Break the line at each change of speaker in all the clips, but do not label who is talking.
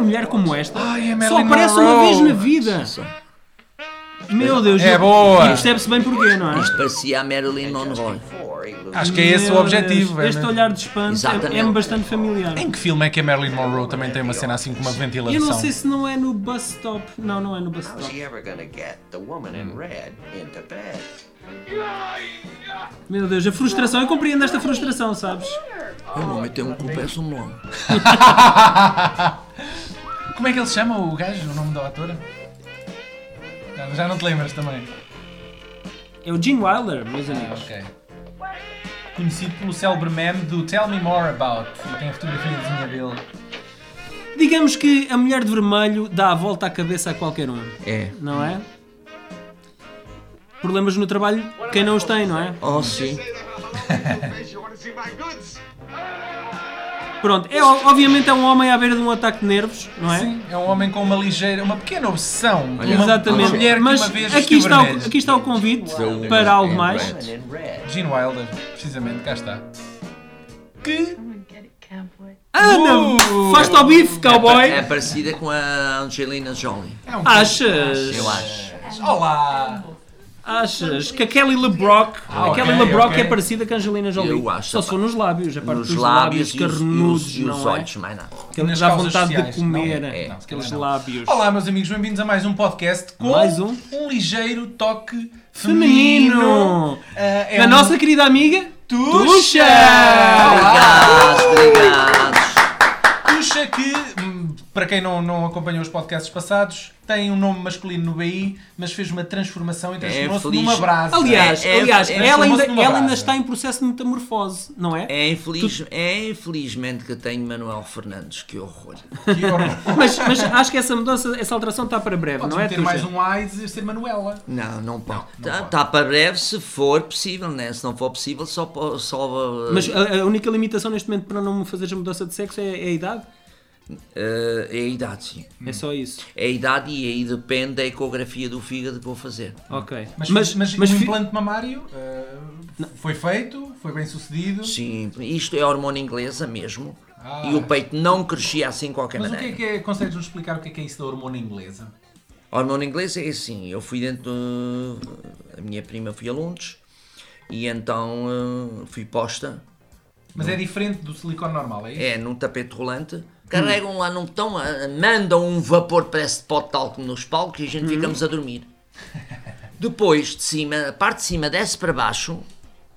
mulher como esta
Ai, a
só
Marilyn
aparece uma
Monroe.
vez na vida. Meu Deus,
É
e-
boa.
E percebe-se bem porquê, não é?
Isto parecia a Marilyn Monroe.
Acho que é esse o
Meu
objetivo.
Deus,
é
este
mesmo.
olhar de espanto é-
Exatamente.
é-me bastante familiar.
Em que filme é que a Marilyn Monroe também tem uma cena assim com uma ventilação?
Eu não sei se não é no bus stop. Não, não é no bus
How's
stop.
he ever gonna get the woman in red into bed?
Meu Deus, a frustração. Eu compreendo esta frustração, sabes?
Eu não me tenho com o pé nome.
Como é que ele se chama o gajo, o nome da atora? Já, já não te lembras também.
É o Gene Wilder, meus amigos.
Ok. Conhecido pelo célebre meme do Tell Me More About. E tem a fotografiazinha dele.
Digamos que a mulher de vermelho dá a volta à cabeça a qualquer um,
É.
não é? Problemas no trabalho, quem não os tem, não é?
Oh, sim.
Pronto, é, o- obviamente é um homem à beira de um ataque de nervos, não é?
Sim, é um homem com uma ligeira, uma pequena obsessão. por
Olha,
uma,
Exatamente.
Uma mulher
Mas
que uma vez
aqui
vestiu
está, o,
vermelho.
aqui está o convite
Sim.
para algo
Sim.
mais.
Sim.
In red.
Gene Wilder, precisamente, cá está. Que...
Anda,
Uh!
faz-te ao bife, cowboy!
É parecida com a Angelina Jolie.
É um
Achas?
Eu acho.
Olá!
Achas que a Kelly LeBrock,
Ah,
a Kelly
ok,
LeBrock
ok.
é parecida com a Angelina Jolie?
Eu acho,
Só se for nos lábios, a parte
Nos
dos
lábios e os, e
carnudos,
os, e os
não é?
olhos, mais nada.
Aqueles
Nas
dá
causas
vontade
sociais,
de comer,
não é? Não,
aqueles
não.
lábios.
Olá, meus amigos, bem-vindos a mais um podcast com
Mais um?
ligeiro toque feminino.
Feminino!
Ah, é
Da
um-
nossa querida amiga
Tuxa!
Ah,
Obrigados, obrigados.
Tuxa que, hum, para quem não, não acompanhou os podcasts passados, tem um nome masculino no BI, mas fez uma transformação e transformou-se
feliz.
numa brasa.
É Aliás,
É- é-
aliás,
é-
ela, ainda,
transformou-se numa
ela ainda
brasa.
está em processo de metamorfose, não é?
É, infeliz, é infelizmente que eu tenho Manuel Fernandes, que horror.
É, Que horror.
Mas, mas acho que essa mudança, essa alteração está para breve,
Podes
não é,
meter
Tuxa?
mais um A e dizer ser Manuela.
Não, não pode. Está para breve se for possível, né? Se não for possível, só. po- só uh,
Mas a, a única limitação neste momento para não fazeres a mudança de sexo é, é a idade?
eh, é a idade, sim.
Hum.
É só isso.
É a idade e aí depende da ecografia do fígado que vou fazer.
Ok.
Mas, mas, o
fi-
implante mamário ah, foi feito, foi bem sucedido.
Sim, isto é hormônio inglesa mesmo.
Ah.
E o peito não crescia assim de qualquer
Mas o que
maneira.
é que é, consegues-nos explicar o que é que é isso da hormona inglesa?
Hormônio inglês é assim, eu fui dentro de... A minha prima fui a Londres e então eh, fui posta,
Mas é diferente do silicone normal, é isso?
é num tapete rolante, carregam lá num botão, eh, mandam um vapor, parece de pó de talco nos palcos e a gente
Uhum.
ficamos a dormir. Depois, de cima, a parte de cima desce para baixo.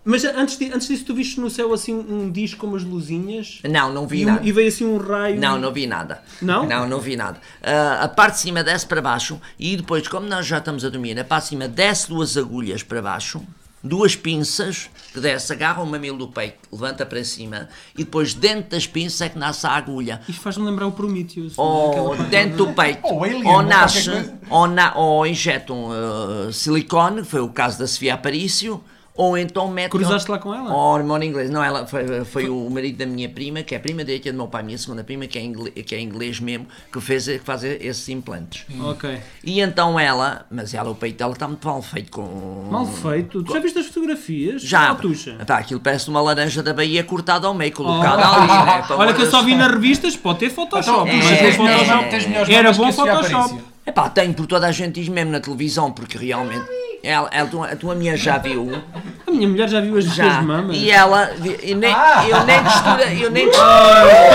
Mas antes, di- antes disso, tu viste no céu assim um disco com umas luzinhas
Não, não vi
e, um-
nada.
e veio assim um raio.
Não, não vi nada.
Não?
Não, não vi nada. Ah, a parte de cima desce para baixo e depois, como nós já estamos a dormir, a parte de cima desce duas agulhas para baixo, duas pinças que desce, agarra o mamilo do peito, levanta para cima e depois dentro das pinças é que nasce a agulha.
Isto faz-me lembrar o Prometheus. não é?
Ou
Aquela coisa.
dentro do peito,
Ou alien,
é
ou
ou
nasce,
qualquer coisa.
ou, na- ou injetam ah, silicone, que foi o caso da Sofia Aparício, ou então metem...
Cruzaste lá com ela?
Oh, hormônio inglês. Não, ela foi, eh, foi o marido da minha prima, que é a prima direita do meu pai, minha segunda prima, que é inglês, que é inglês mesmo, que fez que faz esses implantes.
Hum.
Ok.
E então ela, mas ela, o peito dela está muito mal feito com.
Mal feito. Tu já viste as fotografias?
Hum. Já.
Oh, tuxa. Oh.
Tá, aquilo parece uma laranja da Bahia cortada ao meio, colocada ali, né? Para
Olha que eu só vi
uma-
nas revistas, pode ter Photoshop.
Então,
mas
é,
tem
é,
Photoshop.
é.
tens melhores
Era
notas
bom
que a Sofia
Photoshop.
Aparício.
Epá, tenho, porque toda a gente diz mesmo na televisão, porque realmente. Ela, ela, tua- a tua minha já viu. um,
A minha mulher já viu as
Já.
duas mamas.
E ela. E nem,
Ah!
Eu nem costura. Eu nem costura.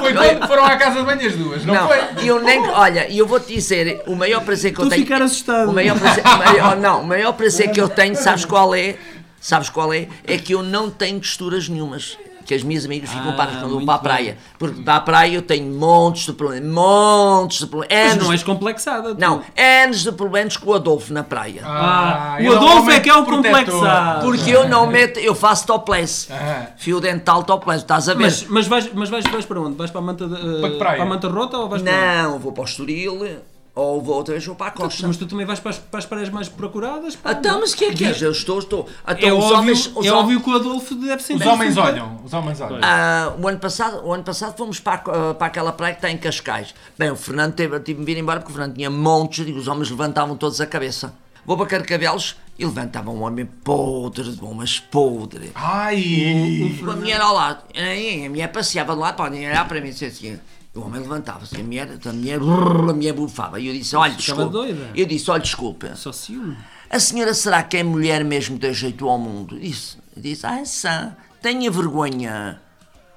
Foi quando foram à casa de banho as duas, não,
Não,
foi?
eu nem. Olha, eu vou te dizer, o maior prazer que
Estou
eu
a
tenho.
ficar assustado.
O maior prazer, o maior- oh, não, o maior prazer que eu tenho, sabes qual é? Sabes qual é? É que eu não tenho costuras nenhumas. Que as minhas amigas ficam
Ah,
parvas quando eu vou
muito
para a
bem.
praia. Porque para a praia eu tenho montes de problemas. Montes de problemas.
Mas
anos
não és
de-
complexada. tu.
Não, anos de problemas com o Adolfo na praia.
Ah,
ele
o Adolfo
homem
é que é o
protetor.
complexado.
Porque eu não meto, eu faço topless.
Ah.
Fio dental topless, estás a ver?
Mas, mas, vais, mas vais, vais para onde? Vais para a manta, de- eh,
Para que praia?
para a manta rota ou vais para onde?
não, vou para o Estoril, ou vou outra vez vou para a costa.
Então, Mas tu também vais para as, para as praias mais procuradas? pá.
Então, mas o que é que és? Eu estou, estou. Então,
É,
os
óbvio,
homens. Os
é
hom-
óbvio que o Adolfo deve sentir.
Os homens olham, os homens olham.
Ah, o, ano passado, o ano passado fomos para, a- ah, para aquela praia que está em Cascais. Bem, o Fernando teve, tive de vir embora porque o Fernando tinha montes, digo, os homens levantavam todos a cabeça. Vou para Carcavelos e levantavam um homem podre, de bom, mas podre.
Ai!
Tipo, um A minha era ao lado, a minha passeava de lado para alguém olhar para mim e dizia assim: O homem levantava-se, e a mulher, a mulher, brrr, a mulher bufava. E eu disse, olha,
Ficava
desculpa.
doida.
Eu disse, olha, desculpa.
Só ciúme.
A senhora será que é mulher mesmo que deu jeito ao mundo? Disse, disse, ah, sã, tenha vergonha.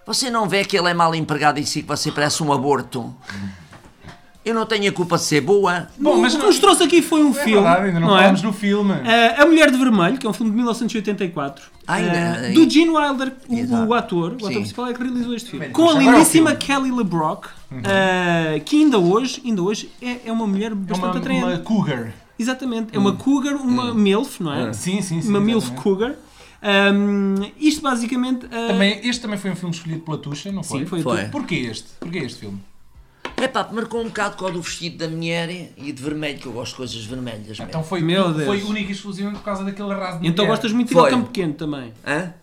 Você não vê que ele é mal empregado e si que você parece um aborto? Eu não tenho a culpa de ser boa.
Bom, mas
o que
não-
nos trouxe aqui foi um
É
filme.
verdade, ainda não,
é?
falámos do filme.
Eh, a Mulher de Vermelho, que é um filme de 1984,
Ai,
eh,
não.
do Gene Wilder, o,
Exato.
o ator, o ator
Sim.
principal é que realizou este filme,
Bem,
com a
agora é o
lindíssima
filme.
Kelly LeBrock, eh, que ainda hoje, ainda hoje é, é uma mulher
É
bastante
uma,
atraente.
uma cougar.
Exatamente, é uma cougar, uma milf, não é?
Sim, sim, sim.
uma milf
exatamente.
cougar. Ahm, isto basicamente... eh,
Também, este também foi um filme escolhido pela Tuxa, não foi?
Sim, foi,
Foi.
tudo.
Porquê este? Porquê este filme?
Epá, marcou um bocado com o do vestido da mulher e de vermelho, que eu gosto de coisas vermelhas. mesmo.
Então foi,
Meu Deus.
foi único e exclusivamente por causa daquele arraso de
Então
mulher.
gostas muito de ir ao
Foi.
campo pequeno também.
Hã?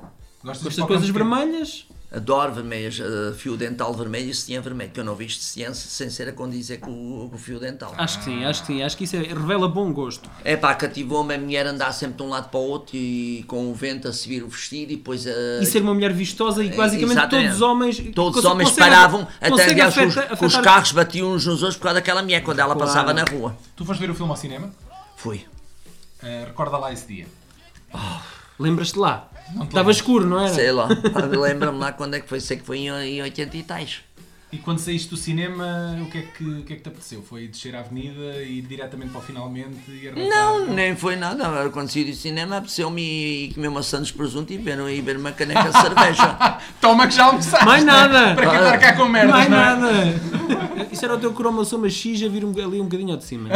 Gostas,
Gostas
de
de
qualquer
coisas
tipo?
vermelhas?
Adoro vermelhas, eh, fio dental vermelho e sutiã vermelho, que eu não visto sutiã sem ser a condizer com o, com o fio dental.
Acho que sim, acho que sim. Acho que isso é- revela bom gosto.
É pá, cativou-me a mulher andar sempre de um lado para o outro e com o vento a se vir o vestido e depois a.
E ser uma mulher vistosa e basicamente
É Exatamente.
todos os homens...
Todos os
conse-
homens
conseguem-
paravam, até
conseguem
aliás, os,
afeta-
os
afetar-
carros batiam uns nos outros por causa daquela mulher quando ela
Claro.
passava na rua.
Tu foste ver o filme ao cinema?
Fui.
Eh, recorda lá esse dia.
Lembras-te lá?
Não te
Estava
lembro.
escuro, não era?
Sei lá, lembra-me lá quando é que foi, sei que foi em, em 80 e tais.
E quando saíste do cinema, o que, é que, o que é que te apeteceu? Foi descer à avenida e ir diretamente para o finalmente e arrancar?
Não, nem foi nada. Agora, Quando saí do cinema, apeteceu-me e comer uma sandes presunto e beber, e beber uma caneca de cerveja.
Toma que já almoçaste!
Mais
né?
nada.
Para que estar cá com merdas,
Mais
não é?
nada! Isso era o teu cromossoma X a vir um- ali um bocadinho ao de cima.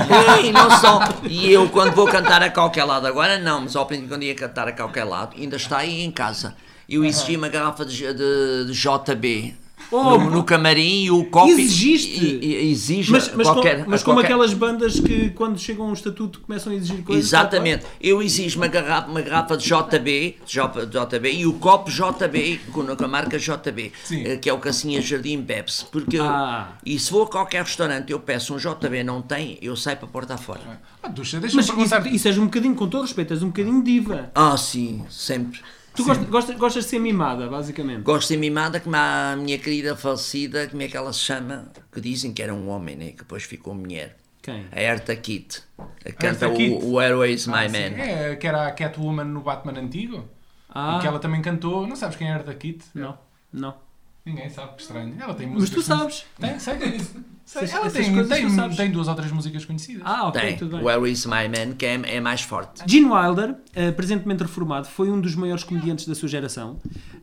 E não só. E eu quando vou cantar a qualquer lado, agora não, mas ao princípio quando ia cantar a qualquer lado, ainda está aí em casa. Eu exigi uma garrafa de, J- de- de JB.
Oh,
no, no camarim e o copo.
Exigiste?
e- e- Exige
Mas, mas, com-
qualquer,
mas como
qualquer-
aquelas bandas que quando chegam a um estatuto começam a exigir coisas. tá,
Exatamente. Eu exijo uma garrafa, uma garrafa de JB, de J- JB e o copo JB, com a marca JB,
Sim.
eh, que é o Cassinha Jardim Bebes. Porque eu-
Ah.
e se vou a qualquer restaurante eu peço um JB, não tem, eu saio para a porta fora.
Ah, Ducha, deixa-me
Mas
perguntar.
isso, isso és um bocadinho, com todo respeito, és um bocadinho diva.
Ah, sim, sempre.
Tu gostas, gostas, gostas de ser mimada, basicamente.
Gosto de mimada, como a minha querida falecida, como é que ela se chama? Que dizem que era um homem, né? Que depois ficou mulher.
Quem?
A Herta Kitt. Que Canta
Hertha Kitt?
o, o Airways My
Sim,
Man.
é, que era a Catwoman no Batman antigo.
Ah.
E que ela também cantou. Não sabes quem era da Kit?
Não, não.
Ninguém sabe, que estranho. Ela tem
Mas tu
músicas.
sabes.
Tem, sei. sei.
Essas-
Ela
essas
tem,
coisas tu
tem,
sabes.
tem duas ou três músicas conhecidas.
Ah, ok,
Tem.
tudo bem.
O Airways My Man, que é, é mais forte.
Gene Wilder, eh, presentemente reformado, foi um dos maiores comediantes da sua geração.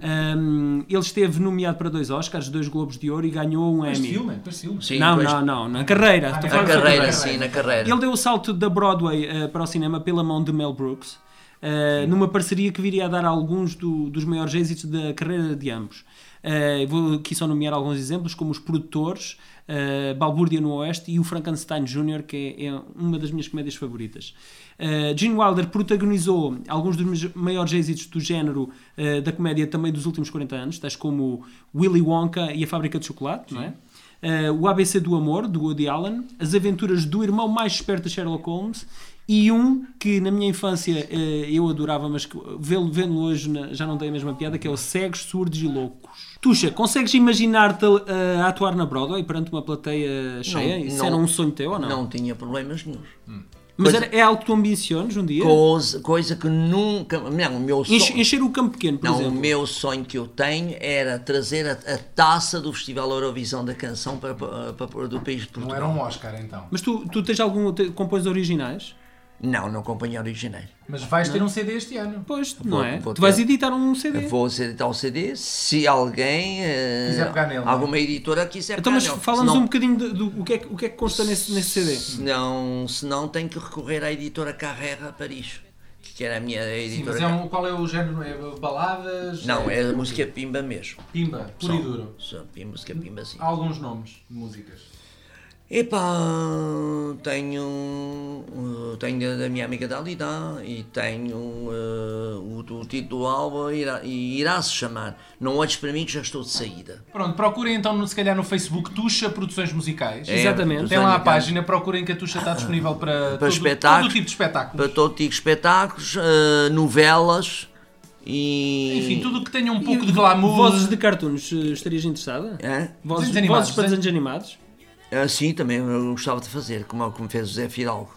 Ahm, ele esteve nomeado para dois Oscars, dois Globos de Ouro e ganhou um
Este
Emmy.
filme, este filme.
Sim,
Não,
pois.
não, não, na carreira. Estou a falar
Na
da sua
carreira,
carreira.
sim, na carreira.
Ele deu o salto da Broadway eh, para o cinema pela mão de Mel Brooks, eh, numa parceria que viria a dar a alguns do- dos maiores êxitos da carreira de ambos. Eh, vou aqui só nomear alguns exemplos, como os produtores, eh, Balbúrdia no Oeste e o Frankenstein Jr., que é, é uma das minhas comédias favoritas. Eh, Gene Wilder protagonizou alguns dos meus maiores êxitos do género eh, da comédia também dos últimos 40 anos, tais como Willy Wonka e a Fábrica de Chocolate, não é? Eh, o ABC do Amor, do Woody Allen, As Aventuras do Irmão Mais Esperto de Sherlock Holmes e um que na minha infância eh, eu adorava, mas que vê-lo vê hoje na- já não tem a mesma piada, que é o Cegos, Surdos e Loucos. Tuxa, consegues imaginar-te eh, a atuar na Broadway perante uma plateia cheia? Isso
não.
era um sonho teu ou não?
Não tinha problemas nenhum.
mas
coisa-
era- é algo que tu ambiciones um dia?
Coisa, coisa que nunca. Não, o meu sonho.
Enche- encher o campo pequeno, por
Não, o
exemplo.
meu sonho que eu tenho era trazer a, a taça do Festival Eurovisão da Canção para, para, para- do país de
Não
Portugal.
era um Oscar então.
Mas tu, tu tens algum. Te, compões originais?
Não, não acompanhei originais.
Mas vais ter um CD este ano.
Pois,
Vou-
não é?
vou
tu vais
ter-
editar um CD.
Vou editar o CD se alguém. eh,
Quiser pegar nele, não é?
Alguma editora quiser
Então, mas
pegar nele.
fala-nos
Senão-
um bocadinho de- do o que, é, que- o que é que consta nesse, nesse CD.
Se não, se não, tenho que recorrer à editora Carrera Paris, que era a minha
Sim,
editora.
mas é um, qual é o género? É baladas?
Não, é a música Pimba mesmo.
Pimba, puro e duro. Hum.
Só pim- música Pimba sim.
Há alguns nomes de músicas.
Epá, tenho, eh, tenho a da minha amiga Dalida e tenho eh, o, do título do álbum irá, e irá se chamar. Não olhes para mim que já estou de saída.
Pronto, procurem então, no- se calhar, no Facebook Tuxa Produções Musicais.
É,
Exatamente.
Tem lá a
Tuxa,
página, procurem que a Tuxa está disponível para, todo,
espetáculos.
todo tipo de espetáculos.
Para todo tipo de espetáculos, eh, novelas e.
Enfim, tudo o que tenha um pouco
E
de glamour. É.
Vozes de cartoons, eh, estarias interessada?
Hã?
Vozes,
Desenhos animados,
vozes para
desenho-
desenhos animados?
Ah, sim, é? também eu gostava de fazer, como, como fez o Zé Fidalgo.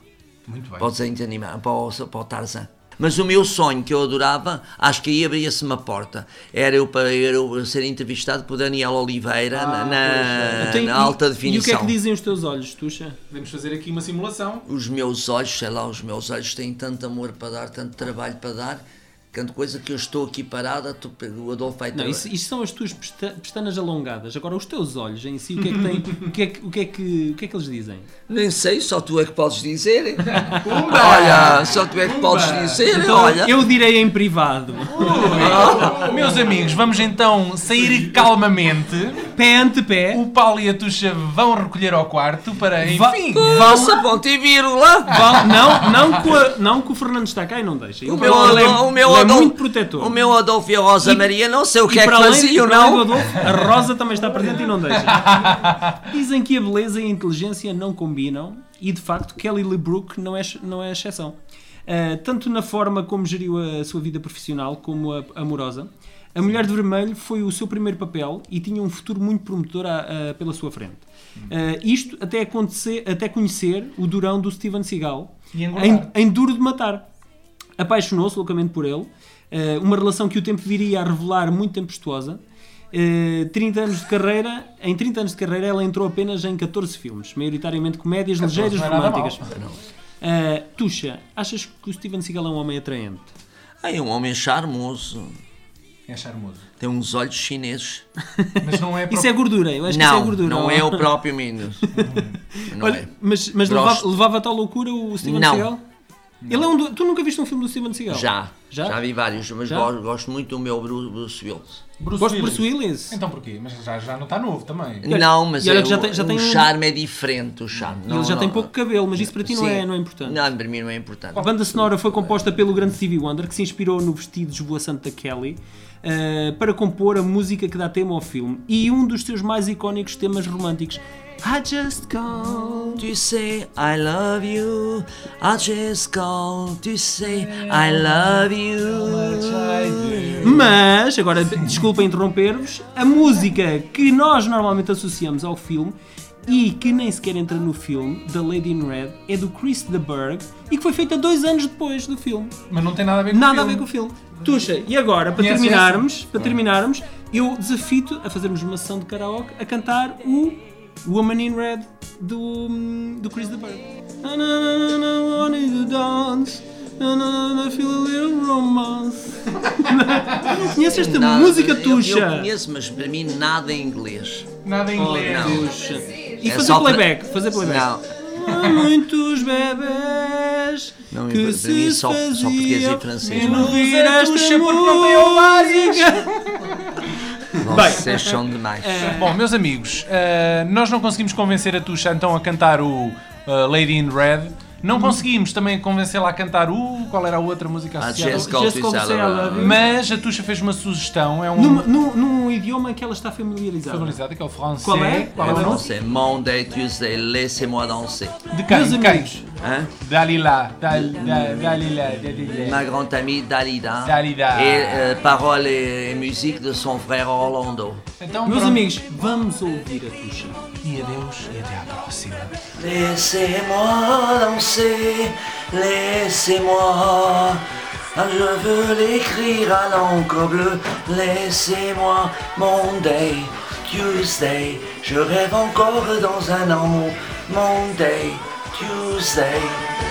Muito bem.
para o desenho de anima- para o, para o Tarzan. Mas o meu sonho que eu adorava, acho que aí abria-se uma porta. Era eu, para, era eu ser entrevistado por Daniel Oliveira na- na,
Ah, Então, e-
Ah, na alta
E o que é
definição.
que dizem os teus olhos, Tuxa?
Podemos fazer aqui uma simulação.
os meus olhos, sei lá, os meus olhos têm tanto amor para dar, tanto trabalho para dar, tanto coisa que eu estou aqui parada, tu- o Adolfo vai
Não,
ter-
isso, isso são as tuas pesta- pestanas alongadas. Agora, os teus olhos em si, o que é que, tem, o que, é que, o que, é que, o que é que eles dizem?
Nem sei, só tu é que podes dizer.
Pumba!
olha, só tu é que podes
Pumba!
dizer,
Então,
olha.
eu direi em privado.
Oh, Meus amigos, vamos então sair calmamente.
Pé ante pé.
O Paulo e a Tuxa vão recolher ao quarto para,
Va-
enfim.
Valsa, ponto e vírgula.
Val- não, não, que a- não que o Fernando está cá e não deixa.
O meu,
ele é,
Adolfo, o meu
ele é
Adolfo-
muito protetor.
O meu Adolfo e a Rosa
E-
Maria, não sei o que
E
é que
para além-
faziam,
para além do
não.
Adolfo, a Rosa também está presente e não deixa. Dizem que a beleza e a inteligência não combinam e de facto Kelly LeBrook não é, ex- não é exceção. Ah, tanto na forma como geriu a sua vida profissional como a amorosa. A Mulher de Vermelho foi o seu primeiro papel e tinha um futuro muito prometedor à- à- pela sua frente. Ah, isto até, acontecer, até conhecer o durão do Steven Seagal
E engordar.
em, em Duro de Matar. Apaixonou-se loucamente por ele, eh, uma relação que o tempo viria a revelar muito tempestuosa. Eh, 30 anos de carreira, em 30 anos de carreira ela entrou apenas em 14 filmes, maioritariamente comédias
14
ligeiras
não é nada
românticas. Eh, Tuxa, achas que o Steven Seagal é um homem atraente?
Ai, um homem charmoso.
É charmoso.
Tem uns olhos chineses.
Mas não é
Isso é gordura, eu acho que isso é
não,
gordura.
não é o próprio Minos. não
Olha,
é.
Mas, mas
Gosto.
levava- levava-te à loucura o Steven
Não.
Seagal? Ele é um do- Tu nunca viste um filme do Steven Seagal?
Já,
Já?
já, vi vários, mas
Já?
go- gosto muito do meu Bru- Bruce Willis.
Bruce
Gosto de Bruce é Willis.
Então porquê? Mas já, já não está novo também.
olha-
Não, mas
e olha
é
que já
o-
tem- já
o
tem um-
charme é diferente, o charme.
ele
Não,
já
Então, não,
tem
não.
pouco cabelo, mas isso para ti não
Sim.
é, não é importante.
Não, para mim não é importante.
A banda sonora foi composta pelo grande Stevie Wonder, que se inspirou no vestido esvoaçante da Kelly eh, para compor a música que dá tema ao filme e um dos seus mais icónicos temas românticos. I just call.
to say I love you. I just call to say I love you.
Mas, agora desculpa interromper-vos, a música que nós normalmente associamos ao filme e que nem sequer entra no filme, The Lady in Red, é do Chris de Burgh e que foi feita dois anos depois do filme.
Mas não tem nada a ver com
Nada a
o
ver
filme.
com o filme. Tuxa, e agora, para
Conhece
terminarmos, para terminarmos, eu desafio-te a fazermos uma sessão de karaoke a cantar o Woman in Red do, hum, do Chris the Bird. Na, na, na, na, I wanted to dance. Na, na, na, na, feel a little romance. Conheces esta
Nada,
música,
eu-
Tuxa?
Eu conheço, mas para mim nada em inglês.
Nada em inglês.
Tuxa. E
É
fazer
só pra-
playback, fazer playback.
Não,
Há muitos bebés
Não,
que
para
se
mim só- só
faziam
português e francês,
sem
não. é?
ouvir
Não
esta
é tuxa porque não tem
música.
vocês são demais.
Bom, meus amigos, eh, nós não conseguimos convencer a Tuxa então a cantar o eh, Lady in Red. Não conseguimos também convencê-la a cantar o. Qual era a outra música
Ah,
associada?
Just Call
Just
to
Call to
say
say
I
I
love
love
you.
you.
Mas a Tuxa fez uma sugestão, é um.
Num, num- num idioma que ela está familiarizada.
Favorizada, que é o francês.
Qual é? Qual é o
Eu
nome?
não sei. Monday, Tuesday, laissez-moi danser.
De quem?
Meus
De quem?
amigos.
Hein?
Dalila. Dal- da- Dalila. Dalila.
Ma grande amie Dalida.
Dalida.
Et euh, paroles et musique de son frère Orlando.
Então,
Meus
pronto.
amigos, vamos ouvir a Tuxa.
E adeus e até à próxima.
Laissez-moi danser, laissez-moi. Ah, Je veux l'écrire à l'encre bleue. Laissez-moi Monday, Tuesday. Je rêve encore dans un an. Monday, Tuesday.